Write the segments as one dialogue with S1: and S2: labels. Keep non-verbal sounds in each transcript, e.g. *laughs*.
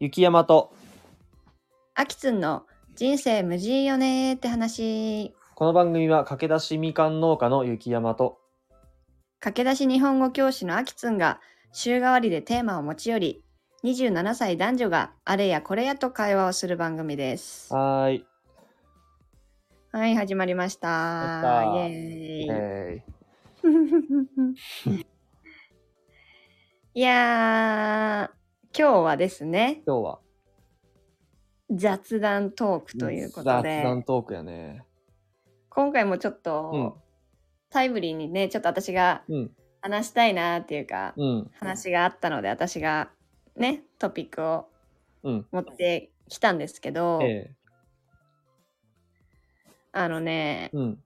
S1: 雪山と
S2: あきつんの人生無事よねーって話。
S1: この番組は駆け出しみかん農家の雪山と
S2: 駆け出し日本語教師のあきつんが週替わりでテーマを持ち寄り、27歳男女があれやこれやと会話をする番組です。
S1: はーい、
S2: はい、始まりました。
S1: やったー
S2: イエーイ。
S1: えー、
S2: *laughs* いやー、今日はですね、
S1: 今日は
S2: 雑談トークということ
S1: 雑
S2: で、
S1: 談トークやね
S2: 今回もちょっと、
S1: うん
S2: タイムリーにね、ちょっと私が
S1: うん
S2: 話したいなーっていうか、
S1: うん
S2: 話があったので私がねトピックを
S1: うん
S2: 持ってきたんですけど、
S1: え
S2: あのね
S1: ー、うん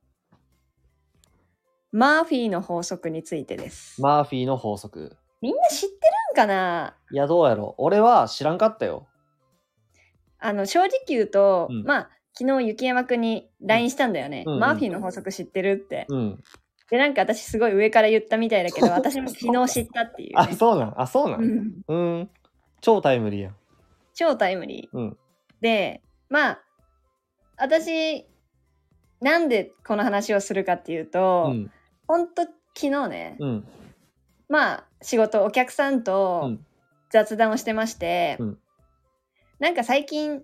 S2: マーフィーの法則についてです、
S1: マーフィーの法則
S2: みんな知ってるんかない
S1: やどうやろう俺は知らんかったよ
S2: あの正直言うと、
S1: うん
S2: まあ昨日雪山くんに LINE したんだよね、
S1: うんうん
S2: マーフィーの法則知ってるって、
S1: うん
S2: でなんか私すごい上から言ったみたいだ
S1: *laughs*
S2: けど私も昨日知ったっていう、
S1: あ
S2: ね、
S1: そうなんあそうなん
S2: うん
S1: うん超タイムリーやん
S2: 超タイムリー、
S1: うん
S2: でまあ私なんでこの話をするかっていうと、
S1: うん
S2: ほんと昨日ね、
S1: うん
S2: まあ仕事お客さん
S1: う
S2: と
S1: ん
S2: 雑談をしてまして、
S1: うん
S2: なんか最近、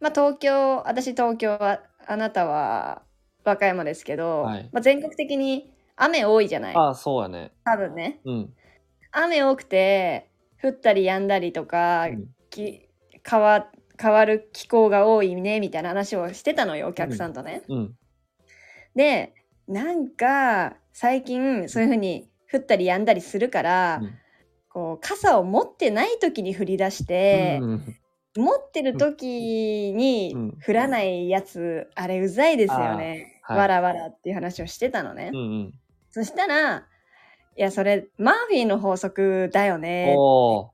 S2: まあ、東京私東京はあなたは和歌山ですけど、
S1: はい
S2: まあ、全国的に雨多いじゃない
S1: あそうやね
S2: 多分ね
S1: うん
S2: 雨多くて降ったり止んだりとか、
S1: うん
S2: き変わ変わる気候が多いねみたいな話をしてたのよお客さんとね。
S1: うん
S2: でなんか最近そういう風に降ったり止んだりするから、
S1: うん
S2: こう傘を持ってない時に降り出して、
S1: うん
S2: 持ってる時に
S1: うん
S2: 降らないやつ、あれうざいですよね、
S1: はい
S2: わらわらっていう話をしてたのね、
S1: うんうん
S2: そしたらいやそれマーフィーの法則だよね
S1: おー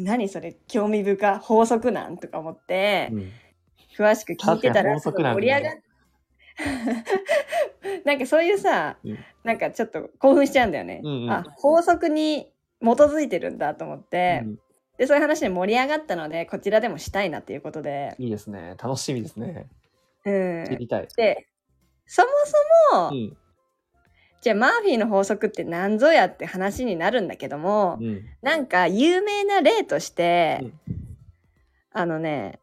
S2: え何それ興味深法則なんとか思って、
S1: うん
S2: 詳しく聞いて
S1: 確
S2: たら
S1: かに法則なんだ
S2: 盛り上がっ *laughs* なんかそういうさ、
S1: うん
S2: なんかちょっと興奮しちゃうんだよね、
S1: うんうん
S2: あ法則に基づいてるんだと思って、
S1: うん
S2: でそういう話で盛り上がったのでこちらでもしたいなっていうことで、
S1: いいですね楽しみですね
S2: うん
S1: 知、りたい
S2: でそもそも、
S1: うん
S2: じゃあマーフィーの法則って何ぞやって話になるんだけども、
S1: うん
S2: なんか有名な例として、
S1: うん
S2: あのね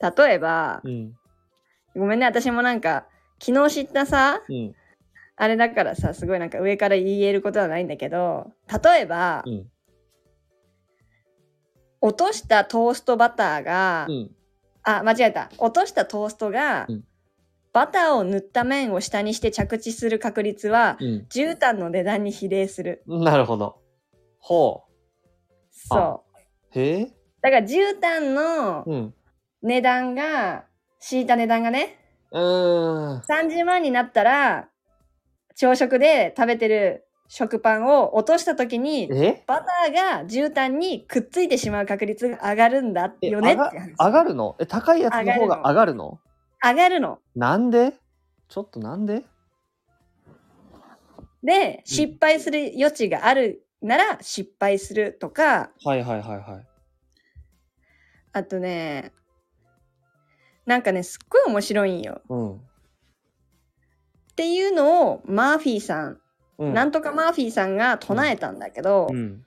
S2: 例えば、
S1: うん
S2: ごめんね私もなんか昨日知ったさ
S1: うん
S2: あれだからさすごいなんか上から言えることはないんだけど例えば、
S1: うん
S2: 落としたトーストバターが、
S1: うん
S2: あ間違えた落としたトーストが、
S1: うん
S2: バターを塗った面を下にして着地する確率は
S1: うん
S2: 絨毯の値段に比例する
S1: なるほど。ほあ
S2: そう
S1: う。へえ
S2: だから絨毯の
S1: うん。
S2: 値段が敷いた値段がね
S1: うーん。
S2: 30万になったら朝食で食べてる食パンを落とした時に
S1: え
S2: バターが絨毯にくっついてしまう確率が上がるんだ
S1: え
S2: よねっ
S1: 上が
S2: て話
S1: 上がるのえ、高いやつの方が上がるの
S2: 上がるの。
S1: なんでちょっとなんで
S2: で失敗する余地があるなら失敗するとか
S1: はいはいはいはい。
S2: あとねなんかねすっごい面白いんよ。
S1: うん。
S2: っていうのをマーフィーさん、
S1: うん。
S2: なんとかマーフィーさんが唱えたんだけど、
S1: うん。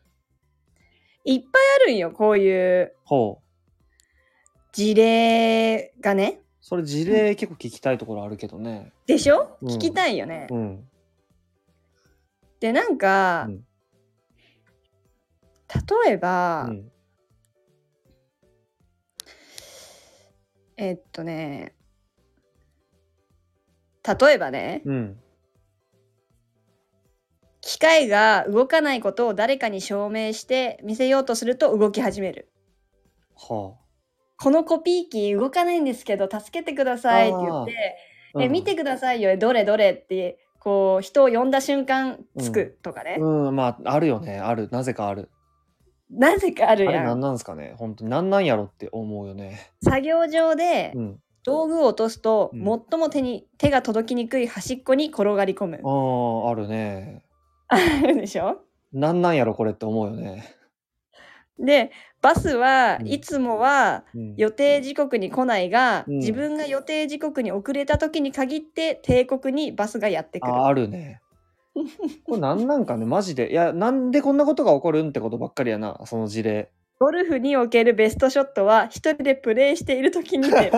S2: いっぱいあるんよこういう
S1: ほう。
S2: 事例がね。
S1: それ事例結構聞きたいところあるけどね。
S2: でしょ、
S1: うん
S2: 聞きたいよね。
S1: うん。
S2: でなんか、
S1: うん
S2: 例え
S1: う
S2: ば、
S1: ん。
S2: えっとね例えばね
S1: うん。
S2: 機械が動かないことを誰かに証明して見せようとすると動き始める。
S1: は
S2: このコピー機動かないんですけど助けてくださいって言って「
S1: あ。
S2: え
S1: うん
S2: 見。てくださいよえどれどれ」ってこう人を呼んだ瞬間
S1: うん
S2: つくとかね、
S1: うん、まあ、あるよね。ある。なぜかある。
S2: なぜかあ
S1: あ
S2: る
S1: れ
S2: や
S1: なん
S2: ん
S1: なんですかね本当になんなんやろって思うよね。
S2: 作業上で
S1: うん。
S2: 道具を落とすと、
S1: うん
S2: 最も手に手が届きにくい端っこに転がり込む
S1: あ。あ、あるね。
S2: あるでしょ
S1: なんなんやろこれって思うよね。
S2: *laughs* でバスは
S1: うん
S2: いつもは
S1: うん
S2: 予定時刻に来ないが、
S1: うん
S2: 自分が予定時刻に遅れた時に限って帝国にバスがやってくる。
S1: あある
S2: *laughs*
S1: ね。これなんなんかねマジでいやなんでこんなことが起こるんってことばっかりやなその事
S2: *laughs*
S1: 例。
S2: ゴルフにおけるベストショットは一人でプレーしている時に
S1: *laughs*
S2: 出る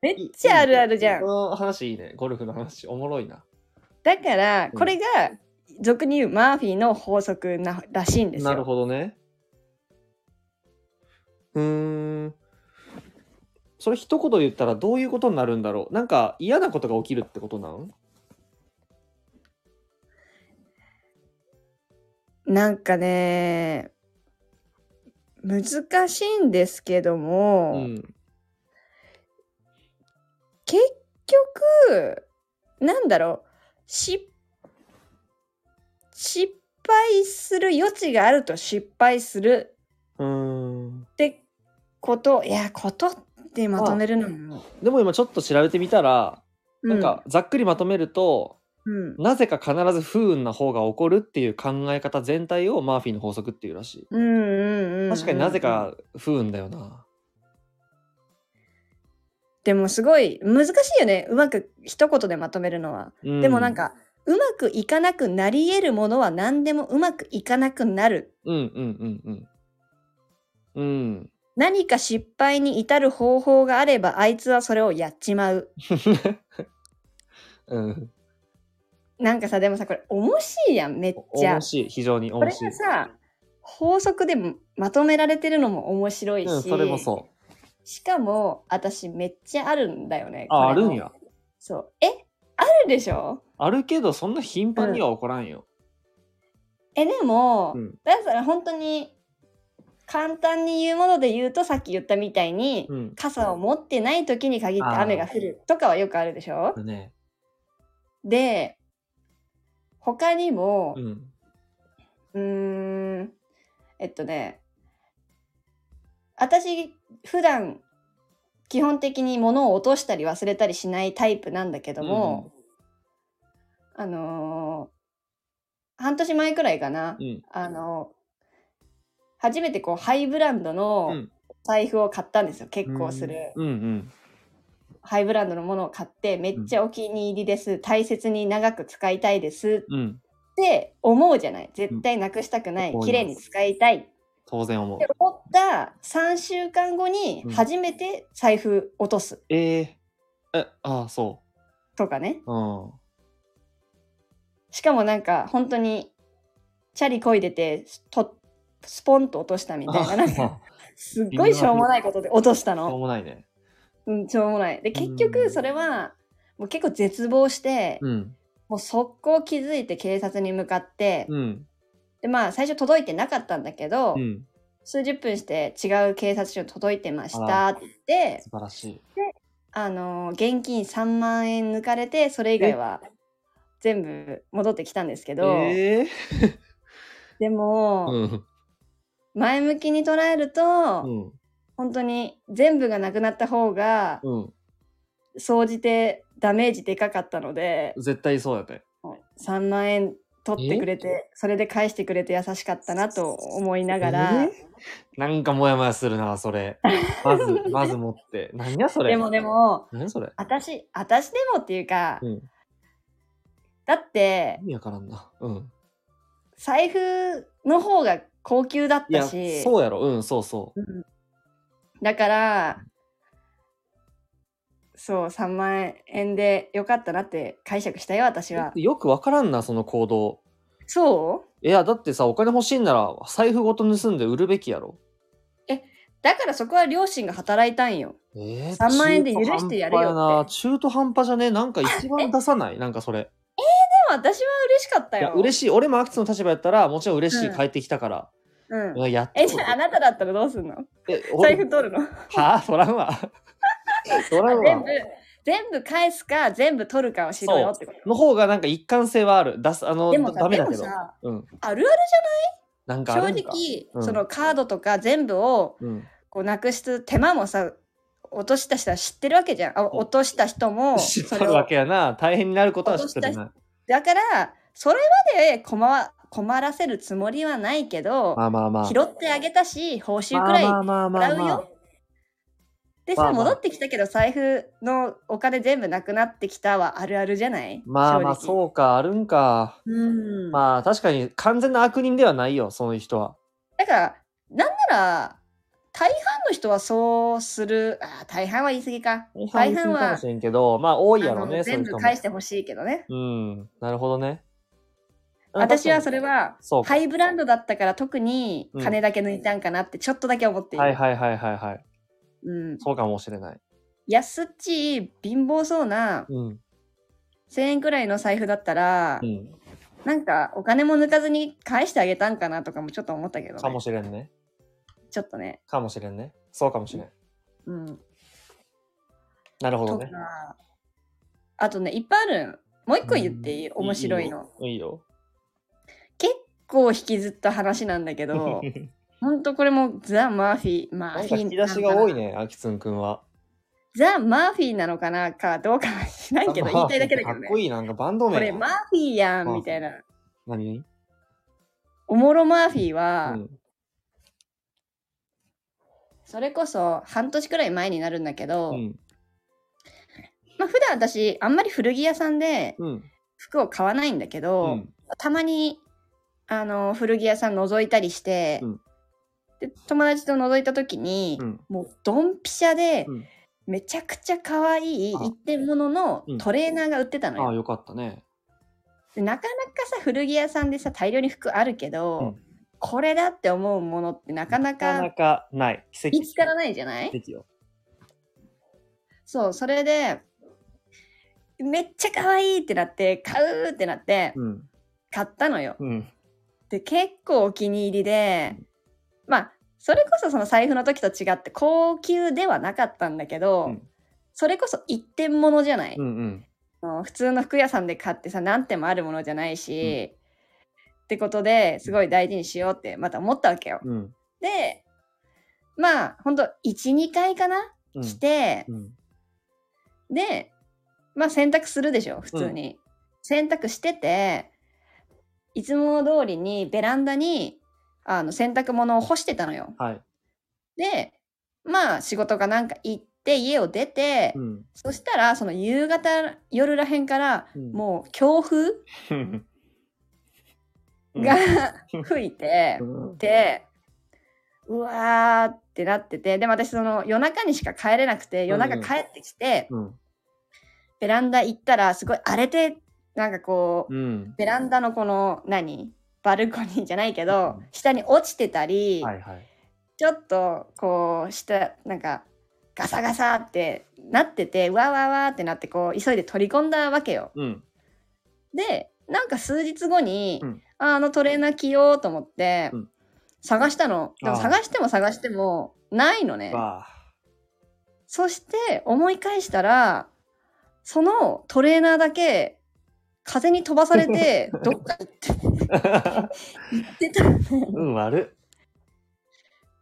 S2: めっちゃあるあるじゃん
S1: こ。の話いいねゴルフの話おもろいな。
S2: だから
S1: うん
S2: これが俗に言うマーフィーの法則ならしいんですよ。
S1: なるほどね。うーん。それ一言で言ったらどういうことになるんだろうなんか嫌なことが起きるってことなん
S2: なんかね難しいんですけど
S1: う
S2: も、
S1: ん。
S2: 結局なんだろう失失敗する余地があると失敗する
S1: うーん。
S2: ってこといやことってまとめるのも、
S1: でも今ちょっと調べてみたら、
S2: う
S1: なんかざっくりまとめると、
S2: うん
S1: なぜか必ず不運な方が起こるっていう考え方全体をマーフィーの法則っていうらしい。
S2: うんうんうんうん
S1: 確かになぜか不運だよな。
S2: でもすごい難しいよねうまく一言でまとめるのは、
S1: う
S2: でもなん、かうまくいかなくなり得るものは何でもうまくいかなくなる
S1: うんうんうんうん。うん。
S2: 何か失敗に至る方法があればあいつはそれをやっちまう
S1: うん。
S2: なんかさでもさこれ面白いやんめっちゃ
S1: 面白い。非常に
S2: こ
S1: 面
S2: れ
S1: 白
S2: が
S1: い。
S2: さ法則でもまとめられてるのも面白いし、
S1: うん、それもそう。
S2: しかも私めっちゃあるんだよね
S1: あ、あ
S2: これ
S1: る
S2: も
S1: んや。
S2: そうえあるでしょ
S1: あるけど、そんな頻繁には起こらんよ。
S2: えでも、
S1: うん
S2: だから本当に簡単に言うもので言うとさっき言ったみたいに、
S1: うん。
S2: 傘を持ってない時に限って
S1: あー
S2: 雨が降るとかはよくあるでしょ
S1: あるね。
S2: で他にも
S1: うん。
S2: うーんえっとね私普段基本的に物を落としたり忘れたりしないタイプなんだけども、あのー半年前くらいかな、
S1: うん。
S2: あの初めてこうハイブランド
S1: う
S2: の
S1: ん
S2: 財布を買ったんですよ、結構する
S1: うんうん。
S2: ハイブランドのものを買ってめっちゃお気に入りです、大切に長く使いたいです
S1: うん。
S2: って思うじゃない絶対なくしたくない、
S1: うん
S2: 綺麗に使いたいっ
S1: 当然思う
S2: て。思った3週間後に
S1: うん
S2: 初めて財布落とす
S1: えー、え、ああ、そ
S2: とかね
S1: う。うん。
S2: しかもなんか本当にチャリこいでてとスポンと落としたみたいななんか
S1: *laughs* あ
S2: すっごいしょうもないことで落とした
S1: し
S2: の
S1: ょう。もないね。
S2: うん、しょうもない。で、結
S1: う
S2: 局、
S1: ん
S2: それは、もう結構絶望して、
S1: うん。
S2: もう速攻気づいて警察に向かって、
S1: うん。
S2: で、まあ、最初届いてなかったんだけど、
S1: うん。
S2: 数十分して違う警察署に届いてました
S1: あ
S2: って言って、
S1: 素晴らしい。
S2: あのー、現金3万円抜かれて、それ以外は全部戻ってきたんですけど、
S1: え
S2: で
S1: ー、
S2: も、
S1: うん。
S2: 前向きに捉えると、
S1: うん。
S2: 本当に全部がなくなった方が、
S1: うん。
S2: 総じてダメージでかかったので、
S1: 絶対そうやって。
S2: 3万円取ってくれてそれで返してくれて優しかったなと思いながら、
S1: えーなんかモヤモヤするな、それ。まず、まず持って。何やそれ。
S2: でもで。も
S1: 何それ。
S2: 私私でもっていうか、
S1: うん。
S2: だって
S1: 意味わからんな。うん。
S2: 財布の方が高級だっ
S1: い
S2: た
S1: や、
S2: し
S1: そうやろ。うん、そうそう。
S2: だからそう3万円でよかったなって解釈したよ私は。
S1: よくわからんなその行動
S2: そう
S1: いやだってさお金欲しいんなら財布ごと盗んで売るべきやろ
S2: だからそこは両親が働いたんよ。
S1: えー、
S2: 3万円で許してやれよって
S1: 中途半端な中途半端じゃねなんか一番出さないなんかそれ
S2: でも私は嬉しかった
S1: いや
S2: よ。
S1: 嬉しい俺もアクツの立場やったらもちろん嬉しい、
S2: うん
S1: 帰ってきたから、
S2: う
S1: い
S2: ん
S1: ややっ
S2: えじゃああなただったらどうすんの
S1: え
S2: 財布取るの
S1: はあそらん
S2: *laughs*
S1: わそらん
S2: 全
S1: わ
S2: 部全部返すか全部取るかをしろよってこ
S1: の方がなんか一貫性はある出すあの
S2: とでも
S1: ダ
S2: さ
S1: メ
S2: で
S1: だ
S2: も
S1: けど
S2: さ
S1: うん
S2: あるあ
S1: なんかあ
S2: る
S1: るん
S2: 正
S1: か
S2: 直、
S1: うん
S2: そのカードとか全部を
S1: うん
S2: こうなくす手間もさ落とした人は知ってるわけじゃんあ落とした人も
S1: 知っ
S2: そ
S1: と
S2: れ
S1: るわ
S2: を
S1: けやな大変になることは知ってる
S2: 落
S1: な
S2: だからそれまで困っ困らせるつもりはないけど、
S1: まあまあまあ。
S2: 拾ってあげたし報酬くらい
S1: まあまあ
S2: も
S1: まあ
S2: らう
S1: まあまあ
S2: よ。で
S1: ま
S2: さ
S1: あまあ
S2: 戻ってきたけど財布のお金全部なくなってきたはあるあるじゃない
S1: まあまあ、
S2: 正
S1: そ
S2: 直
S1: うか、あるんか。
S2: うん
S1: まあ確かに完全な悪人ではないよ、その人は。
S2: だからなんなら大半の人はそうするあー大半は言い過ぎか大半
S1: か
S2: は
S1: もしれんけど、まあ多いやろ
S2: あ
S1: ね、
S2: の
S1: そうい
S2: 全
S1: う
S2: 部
S1: 人も。
S2: 返してほしいけどね
S1: うん、なるほどね。
S2: 私はそ
S1: れ
S2: れは
S1: そうか
S2: ハイブランドだったから特に金だけ抜いたんかなってちょっとだけ思っている、
S1: はいはいはいはいはい。
S2: うん、
S1: そうかもしれない。
S2: 安っちい貧乏そうな
S1: うん。
S2: 1000円くらいの財布だったら、
S1: うん。
S2: なんかお金も抜かずに返してあげたんかなとかもちょっと思ったけど、
S1: かも
S2: ね、
S1: しれんね。
S2: ちょっとね、
S1: かもしれんね。そうかもしれん。
S2: うん、
S1: なるほど
S2: と
S1: ね。
S2: かあとねいっぱいあるんもう一個言っていい、面白いの
S1: いいよ。
S2: 結構引きずった話なんだけ
S1: いい *laughs*
S2: ど
S1: よ
S2: ほんとこれもザ・マーフィーマ
S1: な
S2: ー
S1: ん
S2: フ
S1: か
S2: ィー
S1: 引き出しが多いね、あきつんくんは。
S2: ザ・マーフィーなのかなかどうかは知らんけど言いたいだけだけど
S1: か
S2: ね
S1: っこいい、なんかバンド
S2: これ
S1: 名。
S2: マーフィーやんみたいな
S1: 何
S2: おもろマーフィー
S1: う
S2: は、
S1: ん。
S2: それこそ半年くらい前になるんだけど、
S1: うん。
S2: まあ普段私あんまり古着屋さんで
S1: うん。
S2: 服を買わないんだけ
S1: う
S2: ど、
S1: ん。
S2: たまにあの古着屋さん覗いたりして、
S1: うん
S2: で友達と覗いた時に、
S1: うん。
S2: もうドンピシャで、
S1: うん
S2: めちゃくちゃ可愛い
S1: あ
S2: 一点物の
S1: うん
S2: トレーナーが売ってたの
S1: あ
S2: よ
S1: あ、、よかったね。
S2: でなかなかさ古着屋さんでさ大量に服あるけど、
S1: うん
S2: これだって思うものってなかな
S1: なかな
S2: か
S1: かない。奇跡。
S2: 見つからないじゃない
S1: 奇跡よ。
S2: そうそれでめっちゃ可愛いってなって買うってなって
S1: うん。
S2: 買ったのよ
S1: うん。
S2: で結構お気に入りでまあそれこそその財布の時と違って高級ではなかったんだけど、
S1: うん
S2: それこそ一点物じゃない、
S1: うんうん。
S2: あの普通の服屋さんで買ってさ何点もあるものじゃないし、ってことですごい大事にしようってまた思ったわけよ。
S1: うん。
S2: でまあほんと12回かな
S1: うん
S2: 来て、
S1: うん。
S2: でまあ洗濯するでしょ普通に。洗濯してていつも通りにベランダにあの洗濯物を干してたのよ。
S1: はい。
S2: でまあ仕事かなんか行って家を出て、
S1: うん。
S2: そしたらその夕方夜らへんから
S1: うん
S2: もう強風、
S1: *laughs* うん。 *laughs*
S2: が吹いて
S1: うん
S2: でうわーってなっててでも私その夜中にしか帰れなくて夜中帰ってきて、
S1: うん。
S2: ベランダ行ったらすごい荒れてなんかこう、
S1: うん。
S2: ベランダのこの何バルコニーじゃないけど、
S1: うん
S2: 下に落ちてたり、
S1: はいはい。
S2: ちょっとこう下なんかガサガサってなっててうわわわってなってこう急いで取り込んだわけよ。
S1: うん。
S2: でなんか数日後に、
S1: うん
S2: ああのトレーナー着ようと思って、
S1: うん
S2: 探したのでも
S1: あー
S2: 探しても探してもないのね
S1: わあ。
S2: そして思い返したらそのトレーナーだけ風に飛ばされてどっか行ってたのね
S1: *laughs* 運悪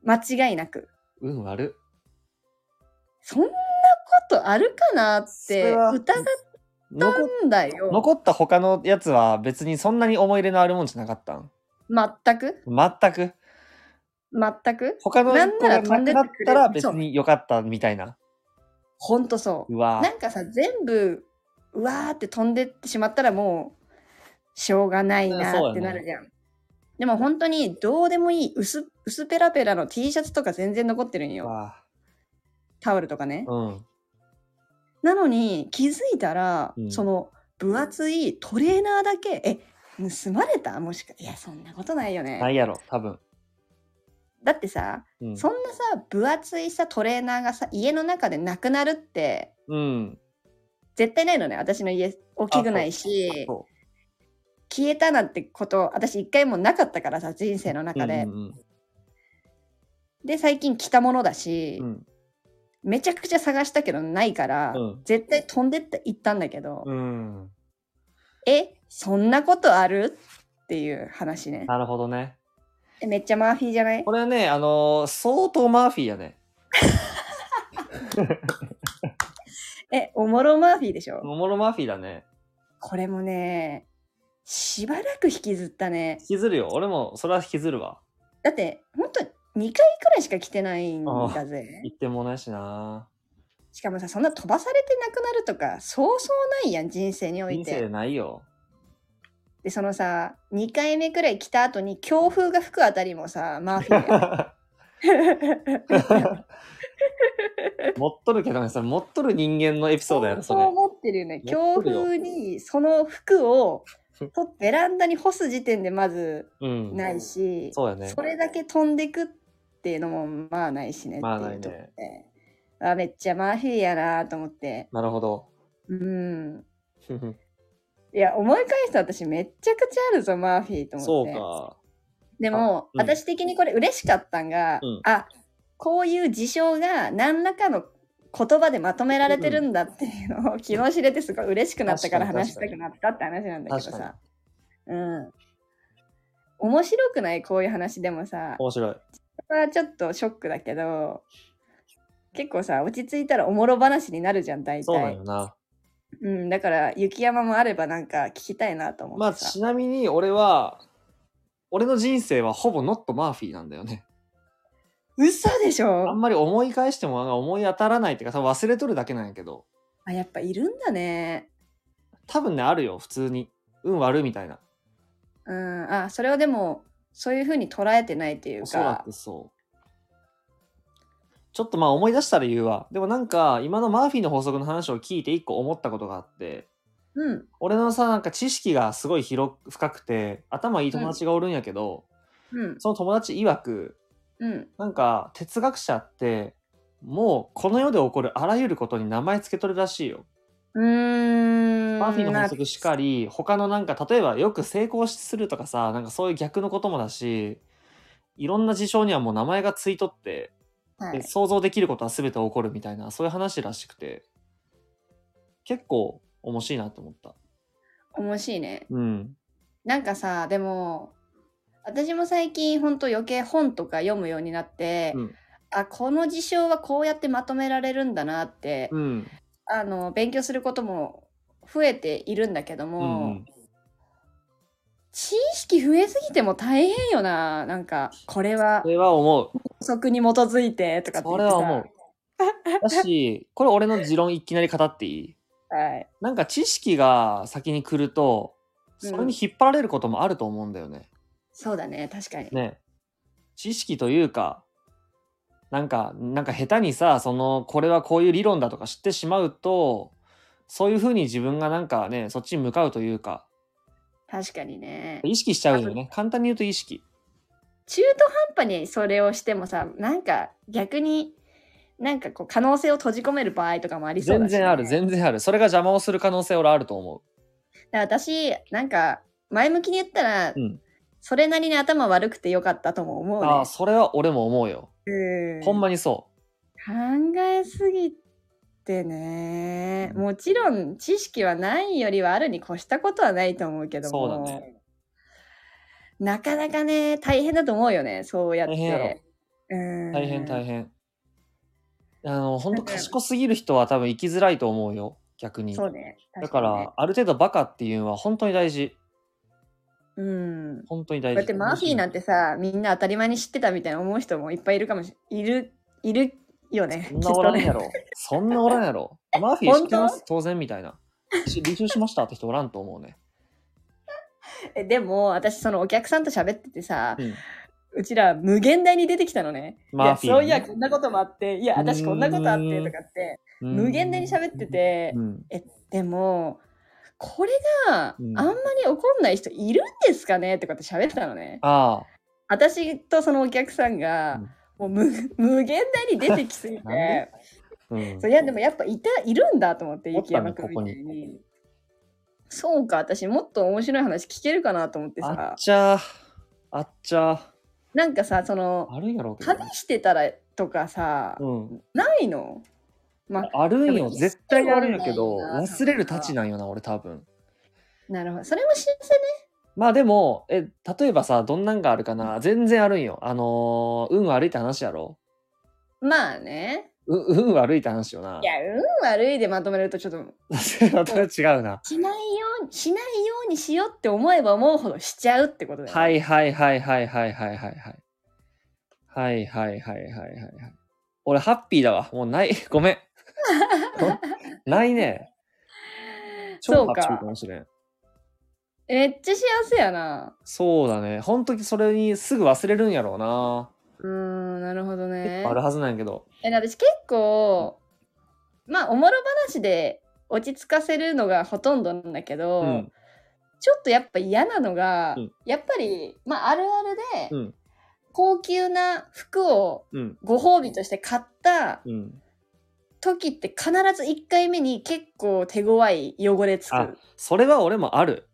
S2: 間違いなく
S1: っ。運悪っ。
S2: そんなことあるかなっ
S1: そ
S2: て
S1: れは
S2: 疑っ
S1: 残った
S2: んだよ
S1: 残った他のやつは別にそんなに思い入れのあるもんじゃなかったん
S2: 全く
S1: 全く
S2: 全く
S1: 他の
S2: なん
S1: 1個
S2: な
S1: が
S2: ら飛ん
S1: なくな
S2: でってく
S1: っ
S2: れる
S1: たら別に良かったみたいな
S2: ほんとそう
S1: うわ
S2: なんかさ全部うわーって飛んでってしまったらもうしょうがないな
S1: そう
S2: ー
S1: や
S2: っ
S1: ね
S2: てなるじゃん。でも本当にどうでもいい薄薄ペラペラの T シャツとか全然残ってるん
S1: ぁ
S2: よ
S1: わ
S2: タオルとかね
S1: ぁ。うん
S2: なのに気づいたら、
S1: うん
S2: その分厚いトレーナーだけえ盗まれたもしかいやそんなことないよ
S1: な
S2: ね。
S1: いやろ多分
S2: だってさ
S1: うん
S2: そんなさ分厚いさトレーナーがさ家の中でなくなるって
S1: うん
S2: 絶対ないのね私の家大きくないし。
S1: そ
S2: 消えたなんてこと私一回もなかったからさ人生の
S1: うう
S2: 中
S1: ん
S2: で、
S1: うん
S2: で最近着たものだし、
S1: うん
S2: めちゃくちゃ探したけどないから、
S1: うん
S2: 絶対飛んでって行ったんだけど、
S1: うん
S2: えそんなことあるっていう話ね
S1: なるほどね
S2: えめっちゃマーフィーじゃない
S1: これはねあのー相当マーフィーやね
S2: えおもろマーフィーでしょ
S1: おもろマーフィーだね
S2: これもねしばらく引きずったね
S1: 引きずるよ。俺も、それは引きずるわ。
S2: だってほんと2回くらいしか来てないんだぜ
S1: 一点もないしな。
S2: しかもさそんな飛ばされてなくなるとかそうそうないやん人生におい
S1: 人
S2: て
S1: 生ないよ。
S2: でそのさ2回目くらい来た後に強風が吹くあたりもさマーフィー
S1: *laughs* 持っとるけどね、それ持っとる人間のエピソードやろ、 *laughs* そ
S2: そう
S1: れ。
S2: 思ってるよね
S1: 持
S2: 強
S1: ってるよ
S2: 風にその服をとベランダに干す時点でまず
S1: うん。
S2: ないし、
S1: そうやね。
S2: それだけ飛んでくっていうのもまあないしねって
S1: まあ
S2: いうと
S1: ないね
S2: こであめっちゃマーフィーやなと思って
S1: なるほど。
S2: うんいや思い返すと私めっちゃくちゃあるぞマーフィーと
S1: そ
S2: 思っ
S1: う
S2: て
S1: か。
S2: でも、
S1: あうん
S2: 私的にこれ嬉しかったんが、
S1: うん
S2: あこういう事象が何らかの言葉でまとめられてるんだっていうのを昨日知れてすごい嬉しくなったから
S1: 確かに
S2: 話したくなったって話なんだけど
S1: 確か
S2: さ。うん。面白くないこういう話でもさ、こ
S1: 面白い。
S2: れはちょっとショックだけど、結構さ、落ち着いたらおもろ話になるじゃん、大
S1: そうなん
S2: 体。
S1: よな。
S2: うん、だから雪山もあればなんか聞きたいなと思
S1: ま
S2: っ
S1: あ、
S2: てさ。
S1: ちなみに俺は、俺の人生はほぼノットマーフィーなんだよね。
S2: 嘘でし
S1: あん
S2: ょ
S1: まり思い返してもなんか思い当たらないっていうか、多分忘れとるだけなんやけど、
S2: あ、やっぱいるんだね。
S1: 多分ね、あるよ、普通に。運悪いみたいな。
S2: うん、あそれをでもそういうふうに捉えてないっていう
S1: おそら
S2: か
S1: くそう。ちょっとまあ思い出したら言うわ。でもなんか、今のマーフィーの法則の話を聞いて一個思ったことがあって、
S2: うん
S1: 俺のさ、なんか知識がすごい広く、深くて、頭いい友達がおるんやけど、
S2: うん
S1: その友達曰く、
S2: うん
S1: なんか哲学者ってもうこの世で起こるあらゆることに名前つけとるらしいよ。
S2: うーん
S1: マーフィーの法則しかり他のなんか例えばよく成功するとかさなんかそういう逆のこともだしいろんな事象にはもう名前がついとって、
S2: なは
S1: で
S2: い、
S1: 想像できることは全て起こるみたいなそういう話らしくて結構面白いなと思った。
S2: 面白いね
S1: うん。
S2: なんかさでも私も最近ほんと余計本とか読むようになって、
S1: うん
S2: あこの事象はこうやってまとめられるんだなって、
S1: うん。
S2: あの勉強することも増えているんだけ
S1: う
S2: ども、
S1: ん、
S2: 知識増えすぎても大変よななんかこれは
S1: それは思う。
S2: 法則に基づいてとかって
S1: そ
S2: 言っ
S1: れ
S2: てさ
S1: は思う。だしこれ俺の持論いきなり語っていい
S2: はい、
S1: なんか知識が先に来ると
S2: うん
S1: それに引っ張られることもあると思うんだよね。
S2: そうだね確かに、
S1: ね知識というかなんかなんか下手にさそのこれはこういう理論だとか知ってしまうとそういうふうに自分がなんかねそっちに向かうというか
S2: 確かにね
S1: 意識しちゃうよね簡単に言うと意識。
S2: 中途半端にそれをしてもさなんか逆になんかこう可能性を閉じ込める場合とかもありそうだ
S1: 全
S2: しね、
S1: 然ある全然あるそれが邪魔をする可能性俺あると思
S2: だから私なんか前向きに言ったら、
S1: う。うん、
S2: それなりに頭悪くてよかったとも思うね
S1: ああそれは俺も思うよ。
S2: うん
S1: ほんまにそ
S2: 考えすぎてねもちろん知識はないよりはあるに越したことはないと思うけども
S1: そうだね
S2: なかなかね大変だと思うよねそうやって
S1: 大変やろ
S2: うん
S1: う大変大変。あの本当
S2: だから
S1: 賢すぎる人は多分生きづらいと思うよ逆に。
S2: そうね
S1: だ
S2: 確
S1: か
S2: にね
S1: ら、ある程度バカっていうのは本当に大事。
S2: うん
S1: 本当に大事。
S2: だってマーフィーなんてさみんな当たり前に知ってたみたいな思う人もいっぱいいるかもしいるいるよね
S1: そんなおらん
S2: きっと
S1: や
S2: ね
S1: ろ。そんなおらんやろ。マーフィー知ってます当然みたいな。し履修しましたって人おらんと思うね。
S2: え *laughs* でも私そのお客さんと喋っててさ、
S1: うん
S2: うちら無限大に出てきたのね。い
S1: マー
S2: や
S1: フィー
S2: そ
S1: ね
S2: ういやこんなこともあっていや私こんなことあってとかって
S1: うん
S2: 無限大に喋って。て、
S1: うん。
S2: でもこれがあ
S1: うんん
S2: まり怒んない人いるんですかねとかって喋ってたのね。
S1: あ
S2: 私とそのお客さんが、もう無無限大に出てきすぎ
S1: なんで
S2: て。
S1: あ。うん。
S2: そういやでもやっぱいたいるんだと思って
S1: おっ
S2: 雪
S1: たね
S2: 山君みたいにそうか私もっと面白い話聞けるかなと思って
S1: あ
S2: さ
S1: っちゃー。あっちゃー。
S2: なんかさその
S1: あるんやろうけどね。
S2: 旅してたらとかさ、
S1: うん。
S2: ないのまあ
S1: あるん
S2: で
S1: よ。
S2: も
S1: 絶対あるんやけど、
S2: そうなんだ
S1: 忘れるたちなんよな、俺多分。
S2: なるほどそれも幸せね
S1: まあでも、え、例えばさ、どんなんがあるかな。全然あるんよ。あのー運悪いって話やろ。
S2: まあね
S1: う運悪いって話よ *laughs* な。
S2: いや運悪いでまとめるとちょっと *laughs*
S1: それはまた違うな。
S2: しないようにしないようにしようって思えば思うほどしちゃうってことだよね。
S1: はいはいはいはいはいはいはいはい。はいはいはいはいはいはい。俺ハッピーだわ。もうない。ご
S2: *laughs*
S1: めん。ないね。
S2: そ
S1: 超
S2: う
S1: ハ
S2: か
S1: ッピーかもしれん。
S2: めっちゃ幸せやな。
S1: そうだね。ほんとそれにすぐ忘れるんやろうな。
S2: うーん、なるほどね。
S1: あるはずなんやけど。
S2: え私結構まあおもろ話で落ち着かせるのがほとんどなんだけど、
S1: うん。
S2: ちょっとやっぱ嫌なのが、
S1: うん
S2: やっぱり、まあ、あるあるで、
S1: うん。
S2: 高級な服を
S1: うん。
S2: ご褒美として買った
S1: うん。
S2: 時って必ず1回目に結構手強い汚れつく
S1: あ
S2: あ、
S1: それは俺もある。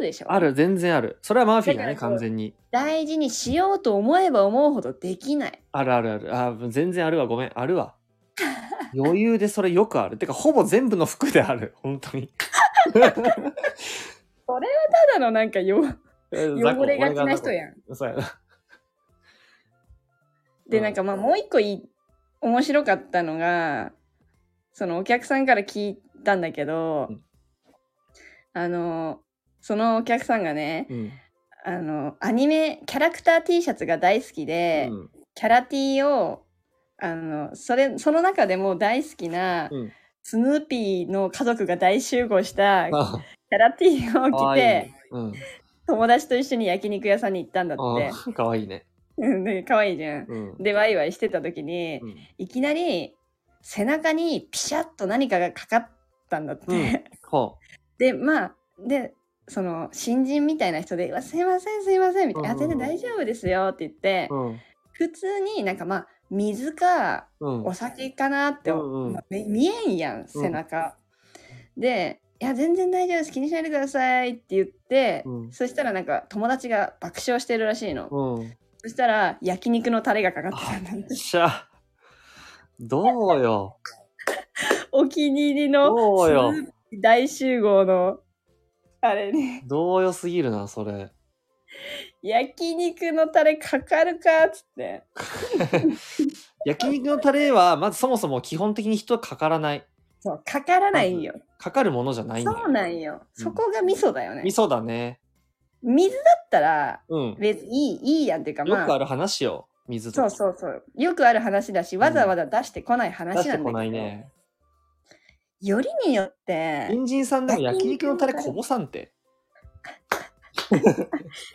S2: るでしょ
S1: ある。全然ある。それはマーフィーだね、
S2: だからそ
S1: 完
S2: う
S1: 全に。
S2: 大事にしようと思えば思うほどできない
S1: あるあるある。あー、全然あるわ。ごめん。ある
S2: *laughs*
S1: わ。余裕でそれよくある。てか、ほぼ全部の服である。本当に。
S2: ただのなんかよ *laughs* 汚
S1: 汚
S2: れがちな人やん
S1: ん。そうやな。
S2: で
S1: うん
S2: なんかまあもう一個いい面白かったのがそのお客さんから聞いたんだけど、
S1: うん
S2: あのそのお客さんがね
S1: うん。
S2: あのアニメキャラクター T シャツが大好きで、 *laughs*
S1: うん
S2: キャラ T をあのそれその中でも大好きな、
S1: うん
S2: スヌーピーの家族が大集合したキ
S1: あ
S2: ャラ T を
S1: 可
S2: 着
S1: 愛い
S2: て
S1: ねうん。
S2: 友達と一緒に焼肉屋さんに行ったんだって
S1: あかわいいね。
S2: うん *laughs* で可愛いじゃん。
S1: うん。
S2: でワイワイしてた時に、
S1: うん
S2: いきなり背中にピシャッと何かがかかったんだって。
S1: うんほ
S2: *laughs* で、まあ、で、その新人みたいな人で、うわすいません、すいません、みたいな、あ
S1: うんうんう
S2: 全
S1: ん
S2: 然大丈夫ですよって言って
S1: う。、うん。
S2: 普通になんかまあ、水か
S1: うん
S2: お。酒かなって、
S1: うんうん
S2: まあめ見えんやん、背中。で、いや、全然大丈夫です、気にしないでくださいって言って、
S1: うん
S2: そしたらなんか友達が爆笑してるらしいの。
S1: うん。
S2: そしたら焼肉のタレがかかってたんだって。
S1: しゃ。どうよ。
S2: *laughs* お気に入りの
S1: どうよ。
S2: 大集合のあれに
S1: どうよすぎるな、それ。
S2: 焼肉のタレかかるかっつって
S1: 焼肉のタレは、まずそもそも基本的に人かからない。
S2: そうかからないんよ、
S1: かかるものじゃないんだよ
S2: そうなんよ、
S1: うん
S2: そこが味噌だよね
S1: 味噌だね。
S2: 水だったら
S1: うん。
S2: 別にいいいいやんっていうか
S1: よ
S2: ま
S1: くあ
S2: あ
S1: る話よ。水と
S2: そう
S1: か
S2: そうそうよくある話だしわざわざ出してこない話
S1: 出
S2: なん
S1: し
S2: だ
S1: て
S2: けど、
S1: こないね。
S2: よりによって
S1: 隣人さんでも焼肉のタレこぼさんって。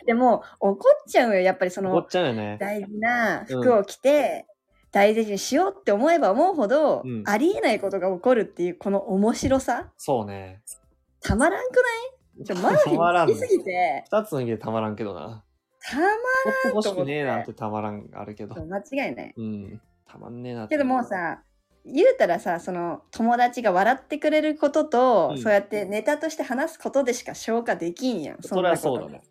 S2: でも怒っちゃうよやっぱりそ
S1: 思っ
S2: の
S1: ちゃうよね。
S2: 大事な服を着て、大事にしようって思えば思うほど、
S1: うん
S2: ありえないことが起こるっていうこの面白さ
S1: そうね。
S2: たまらんくないちょマー
S1: *laughs*
S2: フィ
S1: たまら
S2: ー
S1: ん
S2: 好
S1: ね
S2: きすぎて、
S1: 二つの意味でたまらんけどな。
S2: たま
S1: 欲しくねえなってたまらんあるけど。
S2: 間違いない。
S1: うん。たまんねえなって
S2: けどもう、さ、言うたらさ、その友達が笑ってくれることと、
S1: うん
S2: そうやってネタとして話すことでしか消化できんやん。
S1: それはそう
S2: な
S1: だ
S2: こと
S1: ね。。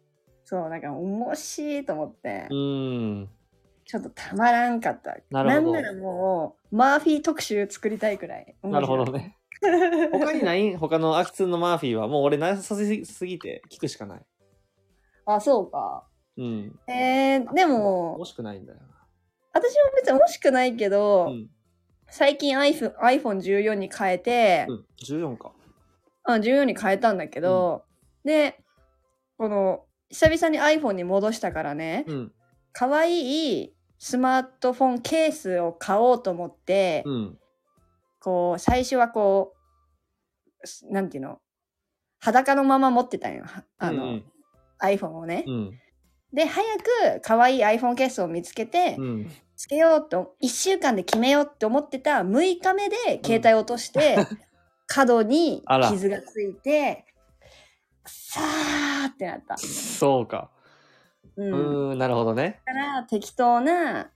S2: そう、なんか面白いと思って、
S1: うん。
S2: ちょっとたまらんかった。
S1: なるほど
S2: んならもう、マーフィー特集作りたいくらい。
S1: なるほどね。 *laughs*
S2: *laughs*
S1: 他にない他のアキツンのマーフィーはもう俺なさすぎて聞くしかない。
S2: あ、そうか。
S1: うん。
S2: えー、でも
S1: 惜、しくないんだよな。
S2: 私も別に惜しくないけど、
S1: うん。
S2: 最近 iPhone iPhone14 に変えて、
S1: うん、14か。
S2: あ14に変えたんだけど、でこの久々に iPhone に戻したからね、
S1: うん。
S2: 可愛かわいいスマートフォンケースを買おうと思って、
S1: うん。
S2: こう最初はこうすなんていうの裸のまま持ってたんよはあの、
S1: うん。
S2: iPhone をね、
S1: うん。
S2: で早く可愛い iPhone ケースを見つけて、
S1: うん。
S2: つけようと1週間で決めようって思ってた6日目で携帯を落
S1: *laughs*
S2: として、角に
S1: あら
S2: 傷がついてくさーってなった、
S1: そうか。
S2: う
S1: うん
S2: だ
S1: ーん、なるほどね。
S2: から適当な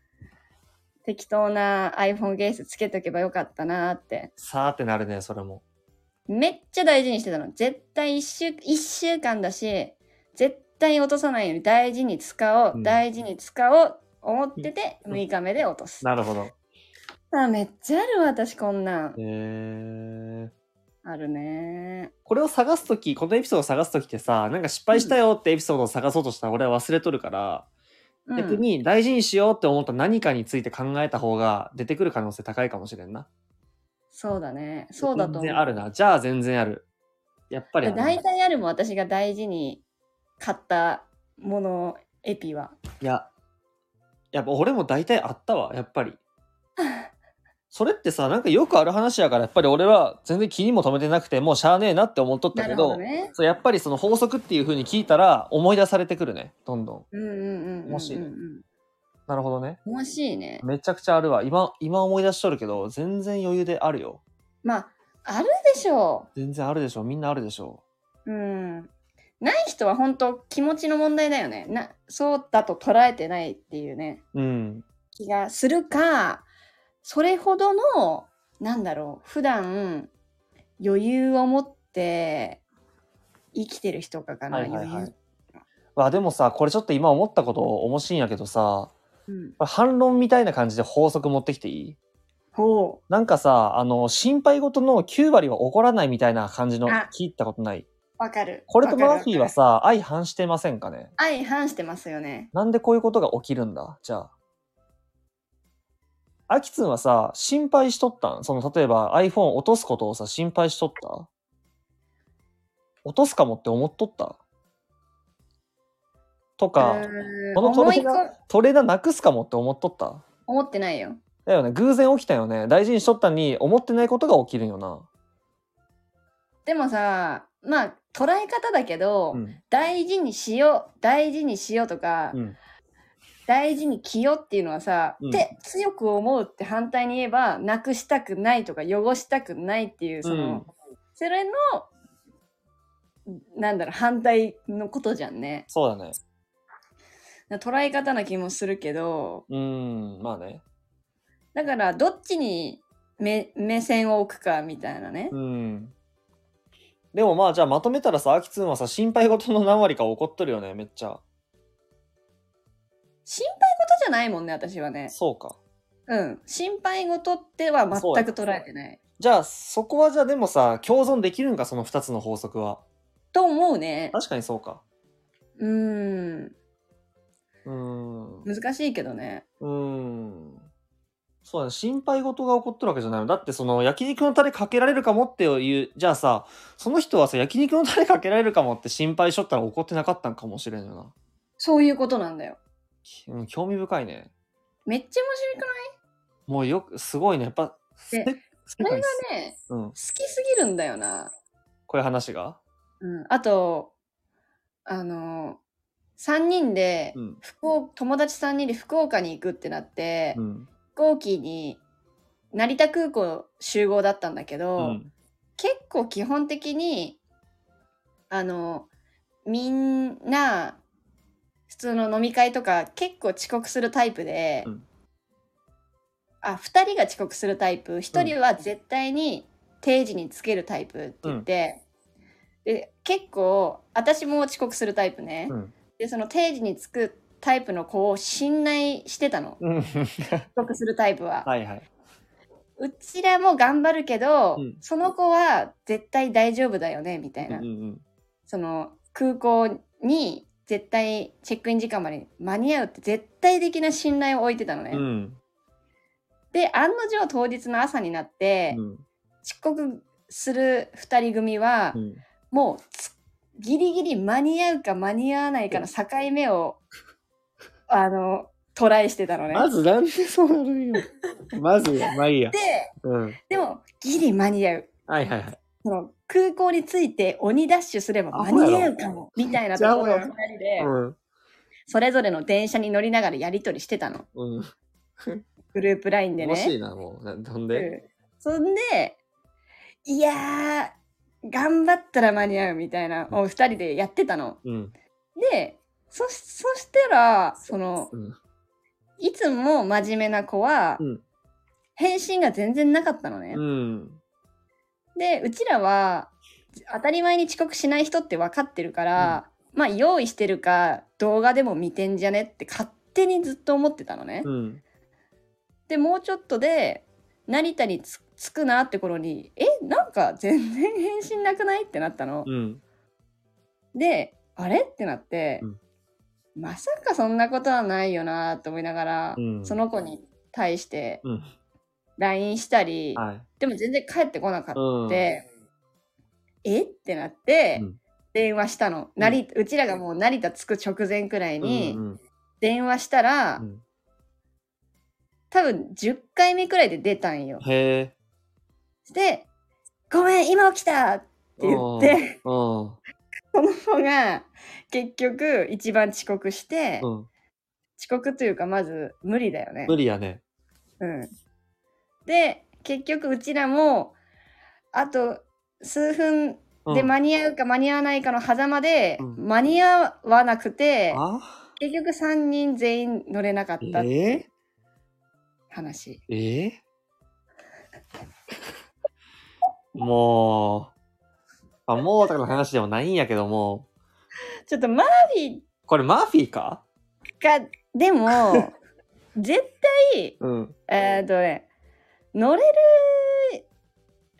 S2: 適当な iPhone ケースつけとけばよかったなーって
S1: さーってなるね、それも。
S2: めっちゃ大事にしてたの絶対1週 ,1 週間だし絶対落とさないように大事に使おう、
S1: うん
S2: 大事に使おう思ってて
S1: うん
S2: 6日目で落とす、
S1: なるほど。
S2: あめっちゃあるわ私こんなん
S1: へー。
S2: あるね
S1: これを探すとき、このエピソードを探すときってさ、なんか失敗したよってエピソードを探そうとしたら俺は忘れとるから、
S2: ー。うん
S1: 逆に大事にしようって思った何かについて考えた方が出てくる可能性高いかもしれんな。
S2: そうだね。そうだと
S1: 全
S2: 思う。
S1: 然あるな。じゃあ全然ある。やっぱりある
S2: 大体あるもん私が大事に買ったものエピはい
S1: ややっぱ俺も大体あったわやっぱ
S2: *laughs*
S1: りそれってさなんかよくある話やからやっぱり俺は全然気にも留めてなくてもうしゃあねえなって思っとった
S2: な
S1: け
S2: る
S1: ど
S2: ほどね
S1: そうやっぱりその法則っていう風に聞いたら思い出されてくるねどんどん
S2: うんうんうんうんうん
S1: 面白い
S2: うん
S1: なるほどね
S2: 面白いね
S1: めちゃくちゃあるわ今今思い出しとるけど全然余裕であるよ
S2: まああるでしょ
S1: 全然あるでしょみんなあるでしょ
S2: ううんない人は本当気持ちの問題だよねなそうだと捉えてないっていうね
S1: うん
S2: 気がするかそれほどのなんだろう普段余裕を持って生きてる人かかな、
S1: はいはいは
S2: 余
S1: いわでもさこれちょっと今思ったこと面白いんやけどさ
S2: 裕、うん、
S1: これ反論みたいな感じで法則持ってきていい
S2: ほ
S1: なんかさあの心配事の9割は起こらないみたいな感じの
S2: あ
S1: 聞いたことないう
S2: わかる
S1: これとマ
S2: わかる
S1: ーフィーはさ相反してませんかね
S2: 相反してますよね
S1: なんでこういうことが起きるんだじゃあ。アキツンはさ、心配しとったんその、例えば iPhone 落とすことをさ、心配しとった落とすかもって思っとったとか、
S2: うーん
S1: このト
S2: 思
S1: レ
S2: い
S1: ーナー
S2: こ、
S1: トレーナーなくすかもって思っとった
S2: 思ってないよ
S1: だよね、偶然起きたよね。大事にしとったのに、思ってないことが起きるんよな。
S2: でもさまあ捉え方だけど、
S1: うん。
S2: 大事にしよう大事にしようとか、
S1: うん。
S2: 大事に着ようっていうのはさ、
S1: うん
S2: って強く思うって反対に言えばなくしたくないとか汚したくないっていうその、
S1: うん
S2: それのなんだろう反対のことじゃんね
S1: そうだね。
S2: 捉え方な気もするけど
S1: うーん、まあね。
S2: だからどっちに目目線を置くかみたいなね、
S1: うん。でもまあじゃあまとめたらさ、アキツンはさ、心配事の何割か起こっとるよね、めっちゃ。
S2: 心配事じゃないもんね私はね
S1: そうか。
S2: うん心配事っては全
S1: そうや
S2: く捉えてない
S1: じゃあそこはじゃあでもさ、共存できるんか、その2つの法則は。
S2: と思うね
S1: 確かにそうか。
S2: うーん
S1: うーん。う
S2: 難しいけどね
S1: ーん。そうだね、心配事が起こっとるわけじゃないの。だってその焼肉のタレかけられるかもっていう、じゃあさ、その人はさ、焼肉のタレかけられるかもって心配しとったら怒ってなかったんかもしれんよな。
S2: そういうことなんだよ
S1: きうん、興味深いね。
S2: めっちゃ面白くない
S1: もうよく、すごいね。やっぱ、
S2: で
S1: せ世
S2: これ
S1: 界
S2: がね
S1: うん
S2: 好、きすぎるんだよな、
S1: こういう話が。
S2: うん、あとあの3人で
S1: うん。
S2: 福岡友達3人で福岡に行くってなって、
S1: うん。
S2: 飛行機に成田空港集合だったんだけど、
S1: うん
S2: 結構基本的にあのみんな普通の飲み会とか結構遅刻するタイプで、
S1: うん
S2: あ2人が遅刻するタイプ1人は絶対に定時につけるタイプって言って、で結構私も遅刻するタイプね、
S1: うん
S2: でその定時につくタイプの子を信頼してたの
S1: うん。 *laughs*
S2: 遅刻するタイプは。
S1: はいはい。
S2: うちらも頑張るけど、
S1: うん
S2: その子は絶対大丈夫だよねみた
S1: う
S2: い
S1: ん
S2: な、
S1: うんうん。
S2: その空港に絶対チェックイン時間まで間に合うって絶対的な信頼を置いてたのね、
S1: うん。
S2: で案の定当日の朝になって、
S1: うん
S2: 遅刻する2人組は、
S1: うん。
S2: もうつギリギリ間に合うか間に合わないかの境目
S1: *laughs*
S2: を、あのトライしてたのね
S1: まずなんでそうなるん
S2: *laughs*
S1: よ。まずや、まあいいや
S2: で。
S1: うん。
S2: でもギリ間に合う
S1: はいはいはい。
S2: その空港に着いて鬼ダッシュすれば間に合うかもみたいなところを2人で
S1: うん。
S2: それぞれの電車に乗りながらやり取りしてたの
S1: うん。
S2: グループ LINE で
S1: 惜しい
S2: ね。
S1: な、もう。なほん
S2: う
S1: で。
S2: んそんでいやー頑張ったら間に合うみたいなを2人でやってたの。
S1: うん。
S2: でそそしたらその
S1: うん。
S2: いつも真面目な子は
S1: うん
S2: 返信が全然なかったのね。
S1: うん。
S2: でうちらは当たり前に遅刻しない人って分かってるから、まあ用意してるか動画でも見てんじゃねって勝手にずっと思ってたのね。
S1: うん。
S2: でもうちょっとで成田につ着くなって頃にえなんか全然返信なくないってなったの。
S1: うん。
S2: であれってなって、
S1: うん
S2: まさかそんなことはないよなと思いながら、
S1: うん
S2: その子に対して
S1: うん。
S2: LINE したり、
S1: はい。
S2: でも全然帰ってこなかった。
S1: うん。
S2: でえってなって
S1: うん
S2: 電話したの、なりうちらがもう成田着く直前くらいに
S1: うん
S2: 電話したら、
S1: うん
S2: 多分10回目くらいで出たんよ。
S1: へえ。
S2: で「ごめん今起きた!」って言って
S1: うん。
S2: その子が結局一番遅刻して、
S1: うん。
S2: 遅刻というかまず無理だよね。
S1: 無理やね。
S2: うん、で結局うちらもあと数分
S1: うん
S2: で間に合うか間に合わないかの狭間で、
S1: うん
S2: 間に合わなくて
S1: あ
S2: 結局3人全員乗れなかったっていう
S1: え
S2: 話、
S1: ー、えー、もう、あ、もうとかの話でもないんやけども、
S2: ちょっとマーフィー
S1: これマーフィーか
S2: がで
S1: *laughs*
S2: も絶対
S1: うん。
S2: えーっとね乗れる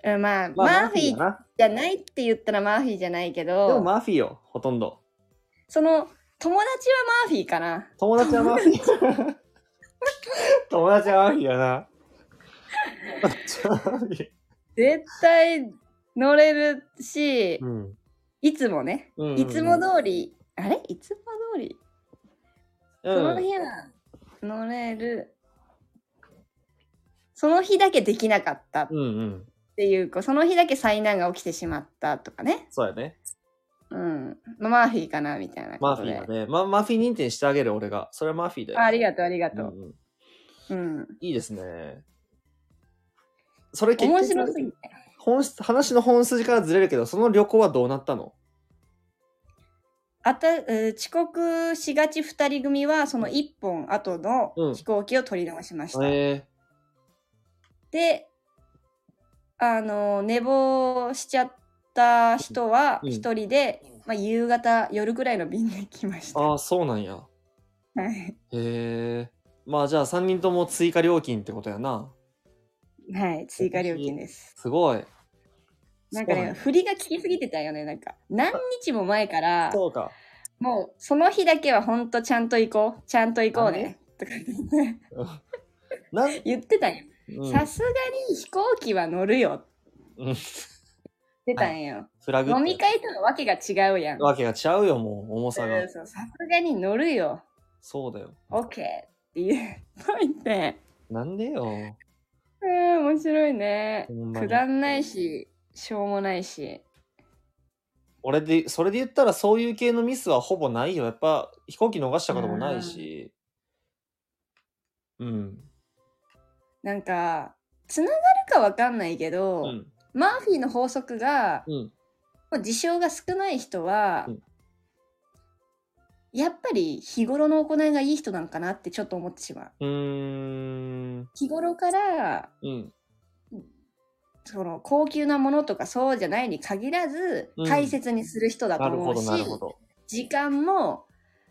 S2: うんまあ、マーフィ
S1: や
S2: ー
S1: な
S2: じゃないって言ったらマーフィーじゃないけ
S1: でも
S2: ど、
S1: マーフィーよ、ほとんど。
S2: その友達はマーフィーかな
S1: 友達はマーフィ *laughs* ー。友達はマーフィーやな。友達はマーフィー
S2: 絶対乗れるし、
S1: うん
S2: いつもね、
S1: うんうんうん
S2: いつも通り、あれいつも通り、その
S1: うん
S2: 日は乗れる。その日だけできなかったっ
S1: うんうん。
S2: ていうか、その日だけ災難が起きてしまったとかね。
S1: そうやね。
S2: うん。まあマーフィーかなみたいな
S1: マ
S2: こ
S1: ーフ
S2: と
S1: ィ
S2: で。
S1: ーだね。ま、マーフィー認定してあげる俺が。それはマーフィーだよ。
S2: あありがとう、ありがと
S1: う
S2: う。
S1: んうん
S2: うん。
S1: いいですね。それ結
S2: 面白す
S1: 局
S2: ぎて。
S1: 本質話の本筋からずれるけど、その旅行はどうなったの
S2: あた、えー遅刻しがち2人組は、その1本後の
S1: うん
S2: 飛行機を取り逃しました。
S1: え
S2: で、あの、寝坊しちゃった人は
S1: うん
S2: 一人で、まあ、夕方、夜ぐらいの便で来まし
S1: ー、
S2: た。は
S1: ああ、そうなんや。
S2: い。
S1: へえ。まあじゃあ3人とも追加料金ってことやな。
S2: はい、追加料金です。
S1: すごい。
S2: なんか
S1: そう
S2: ね、
S1: や
S2: 振りが効きすぎてたよね、なんか。何日も前から、
S1: そうか。
S2: もうその日だけはほんとちゃんと行こう、ちゃんと行こうね、とかね
S1: な、
S2: 言ってたんよ。
S1: うん、
S2: さすがに飛行機は乗るよ。
S1: うん
S2: 出たんよ。
S1: フラグって
S2: 飲み会とのわけが違うやん。
S1: わけがちゃうよ、もう、重さ
S2: う
S1: が
S2: ん。そうさすがに乗るよ。
S1: そうだよ。
S2: OK って言っといて。
S1: なんでよ。
S2: うん、面白いね
S1: ほ。んま
S2: く
S1: に
S2: だんないし、しょうもないし。
S1: 俺で、それで言ったらそういう系のミスはほぼないよ。やっぱ飛行機逃したこともないし。うん。
S2: なんか、つながるかわかんないけど、
S1: うん。
S2: マーフィーの法則が、
S1: うん。
S2: もう事象が少ない人は、
S1: うん
S2: やっぱり日頃の行いがいい人なんかなってちょっと思ってしまう。
S1: うーん。
S2: 日頃から、
S1: うん。
S2: その高級なものとかそうじゃないに限らず
S1: うん
S2: 大切にする人だと
S1: なる
S2: 思
S1: ほ
S2: う
S1: ど、
S2: し、
S1: なるほど。
S2: 時間も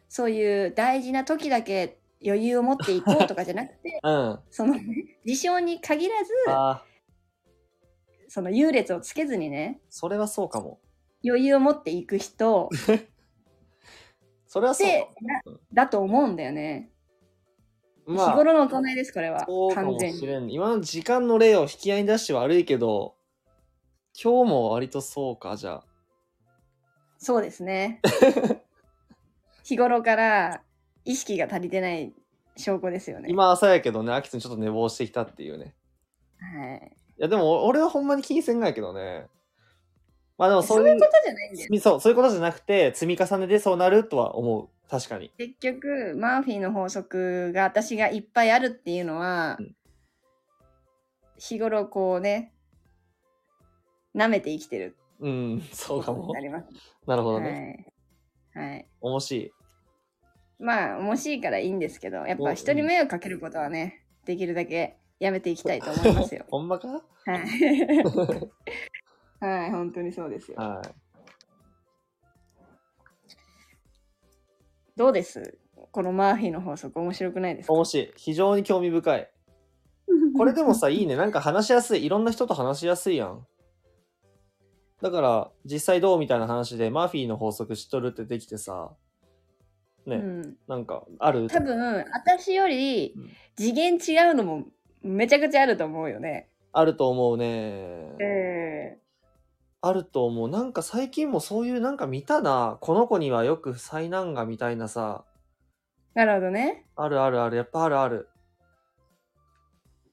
S2: そういう大事な時だけ余裕を持っていこうとかじ
S1: *laughs*
S2: ゃなくて
S1: うん。あ
S2: その事象に限ら
S1: あー、
S2: ずその優劣をつけずにね
S1: それはそうかも。
S2: 余裕を持っていく人
S1: それはそうか
S2: で
S1: も。
S2: なだと思うんだよね、
S1: まあ、
S2: 日頃の行いですこれは
S1: そうか
S2: 完
S1: も
S2: 全
S1: し
S2: に
S1: れん。今の時間の例を引き合いに出して悪いけど、今日も割とそうか、じゃあ。
S2: そうですね日頃から意識が足りてない証拠ですよね
S1: 今朝やけどね、秋津にちょっと寝坊してきたっていうね。
S2: はい、
S1: いや、でも俺はほんまに気にせんがやけどね。まあでも
S2: そ
S1: そう
S2: うい
S1: いうう
S2: ことじゃないんだよね
S1: そう、そういうことじゃなくて、積み重ねでそうなるとは思う。確かに。
S2: 結局マーフィーの法則が私がいっぱいあるっていうのは、
S1: うん
S2: 日頃こうね舐めて生きてる
S1: うん、そうか
S2: ことに
S1: も
S2: な。ります
S1: なるほどね。
S2: ねはい、はい、
S1: 面白い。
S2: まあ面白いからいいんですけどやっ
S1: うんう
S2: ぱ
S1: ん
S2: 人に迷惑かけることはねできるだけやめていきたいと思いますよ
S1: ほんまか
S2: はい *laughs* はい本当にそうですよ
S1: はい。
S2: どうですこのマーフィーの法則面白くないですか
S1: 面白い。非常に興味深い。これでもさ、いいね。なんか話しやすい。いろんな人と話しやすいやん。だから、実際どうみたいな話で、マーフィーの法則知っとるってできてさ、ね、
S2: うん
S1: なんか、ある
S2: 多分私より
S1: うん
S2: 次元違うのもめちゃくちゃあると思うよね。
S1: あると思うね。
S2: え
S1: あると思う。なんか最近もそういうなんか見たな。この子にはよく災難がみたいなさ。
S2: なるほどね。
S1: あるあるある。やっぱあるある。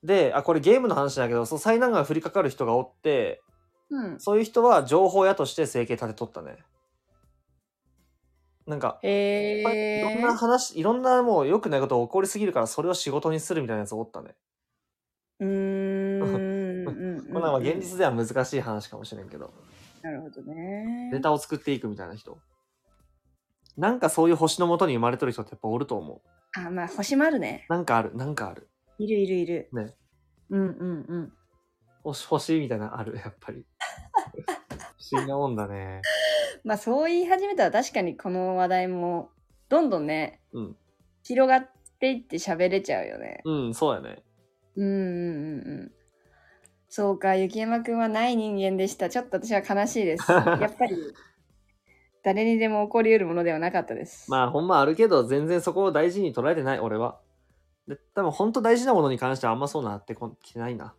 S1: で、あ、これゲームの話だけど、そう災難が降りかかる人がおって、
S2: うん。
S1: そういう人は情報屋として生計立てとったね。なんか、
S2: へ
S1: いろん
S2: え。
S1: な話、いろんなもう良くないことが起こりすぎるから、それを仕事にするみたいなやつおったね。
S2: うーん。うんうん
S1: こんなんは現実では難しい話かもしれんけど、
S2: なるほどね。
S1: ネタを作っていくみたいな人。なんかそういう星のもとに生まれてる人ってやっぱおると思う。
S2: あ、まあ、星もあるね。
S1: なんかある、なんかある。
S2: いるいるいる。
S1: ね。
S2: うんうんうん。
S1: 星、星みたいなのある、やっぱ
S2: *laughs*
S1: り。不思議なもんだね。
S2: まあ、そう言い始めたら確かにこの話題も、どんどんね、
S1: うん
S2: 広がっていって喋れちゃうよね。
S1: うん、そうやね。
S2: うんうんうんうん。そうか、雪山くんはない人間でした。ちょっと私は悲しい
S1: *laughs*
S2: です。やっぱり、誰にでも起こり得るものではなかったです。
S1: まあほんまあるけど全然そこを大事に捉えてない俺は。で多分ほんと大事なものに関してはあんまそうなってこきてないな。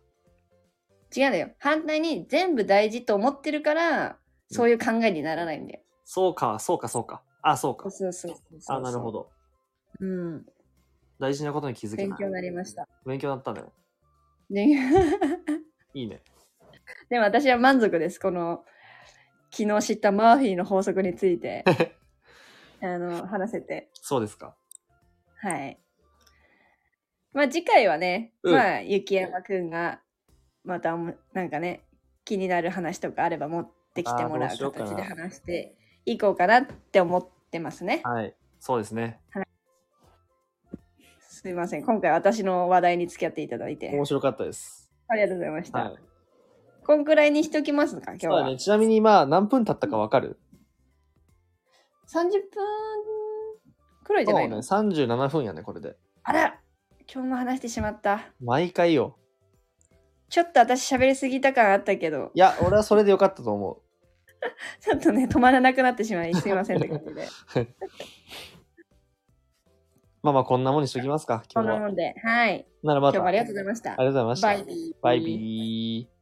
S2: 違うんだよ。反対に全部大事と思ってるから、そういう考えにならないんだよ。
S1: そうかそうかそうか。あそうか。
S2: そうそうそうそうそう
S1: あなるほ。ど。
S2: うん。
S1: 大事なことに気づけ
S2: 勉
S1: た
S2: 強。になりました。
S1: 勉強になったね。
S2: ね
S1: いいね。
S2: でも私は満足です。この、昨日知ったマーフィーの法則につい
S1: *laughs*
S2: て、あの、話せて。
S1: そうですか。
S2: はい。まあ次回はね、
S1: うん
S2: まあ雪山くんがまたおもなんかね気になる話とかあれば持ってきてもら
S1: あーどう
S2: う
S1: しようかな
S2: 形で話していこうかなって思ってますね。
S1: はい。そうですね。
S2: すいません今回私の話題に付き合っていただいて
S1: 面白かったです。
S2: ありがとうございまし
S1: は
S2: た。
S1: い。
S2: こんくらいにしときますか今日
S1: そうだ
S2: は、
S1: ね。ちなみに今何分経ったかわかる
S2: 30分くらいじ
S1: そ
S2: ゃ
S1: う
S2: ない
S1: ね。
S2: の、
S1: 37分やね、これで。
S2: あら今日も話してしまった。
S1: 毎回よ。
S2: ちょっと私喋りすぎた感あったけど
S1: いや、俺はそれでよかったと思
S2: ちょっとね止まらなくなってしまいすいませんって *laughs* ことで。
S1: う。 *laughs* まあまあこんなもんにしときますか、今
S2: こん
S1: 日
S2: な
S1: は。
S2: もんで。はい。
S1: ならま
S2: 今
S1: た。
S2: 日もありがとう
S1: あ
S2: ございました。
S1: りがとうございました。
S2: バイビー。
S1: バイビー。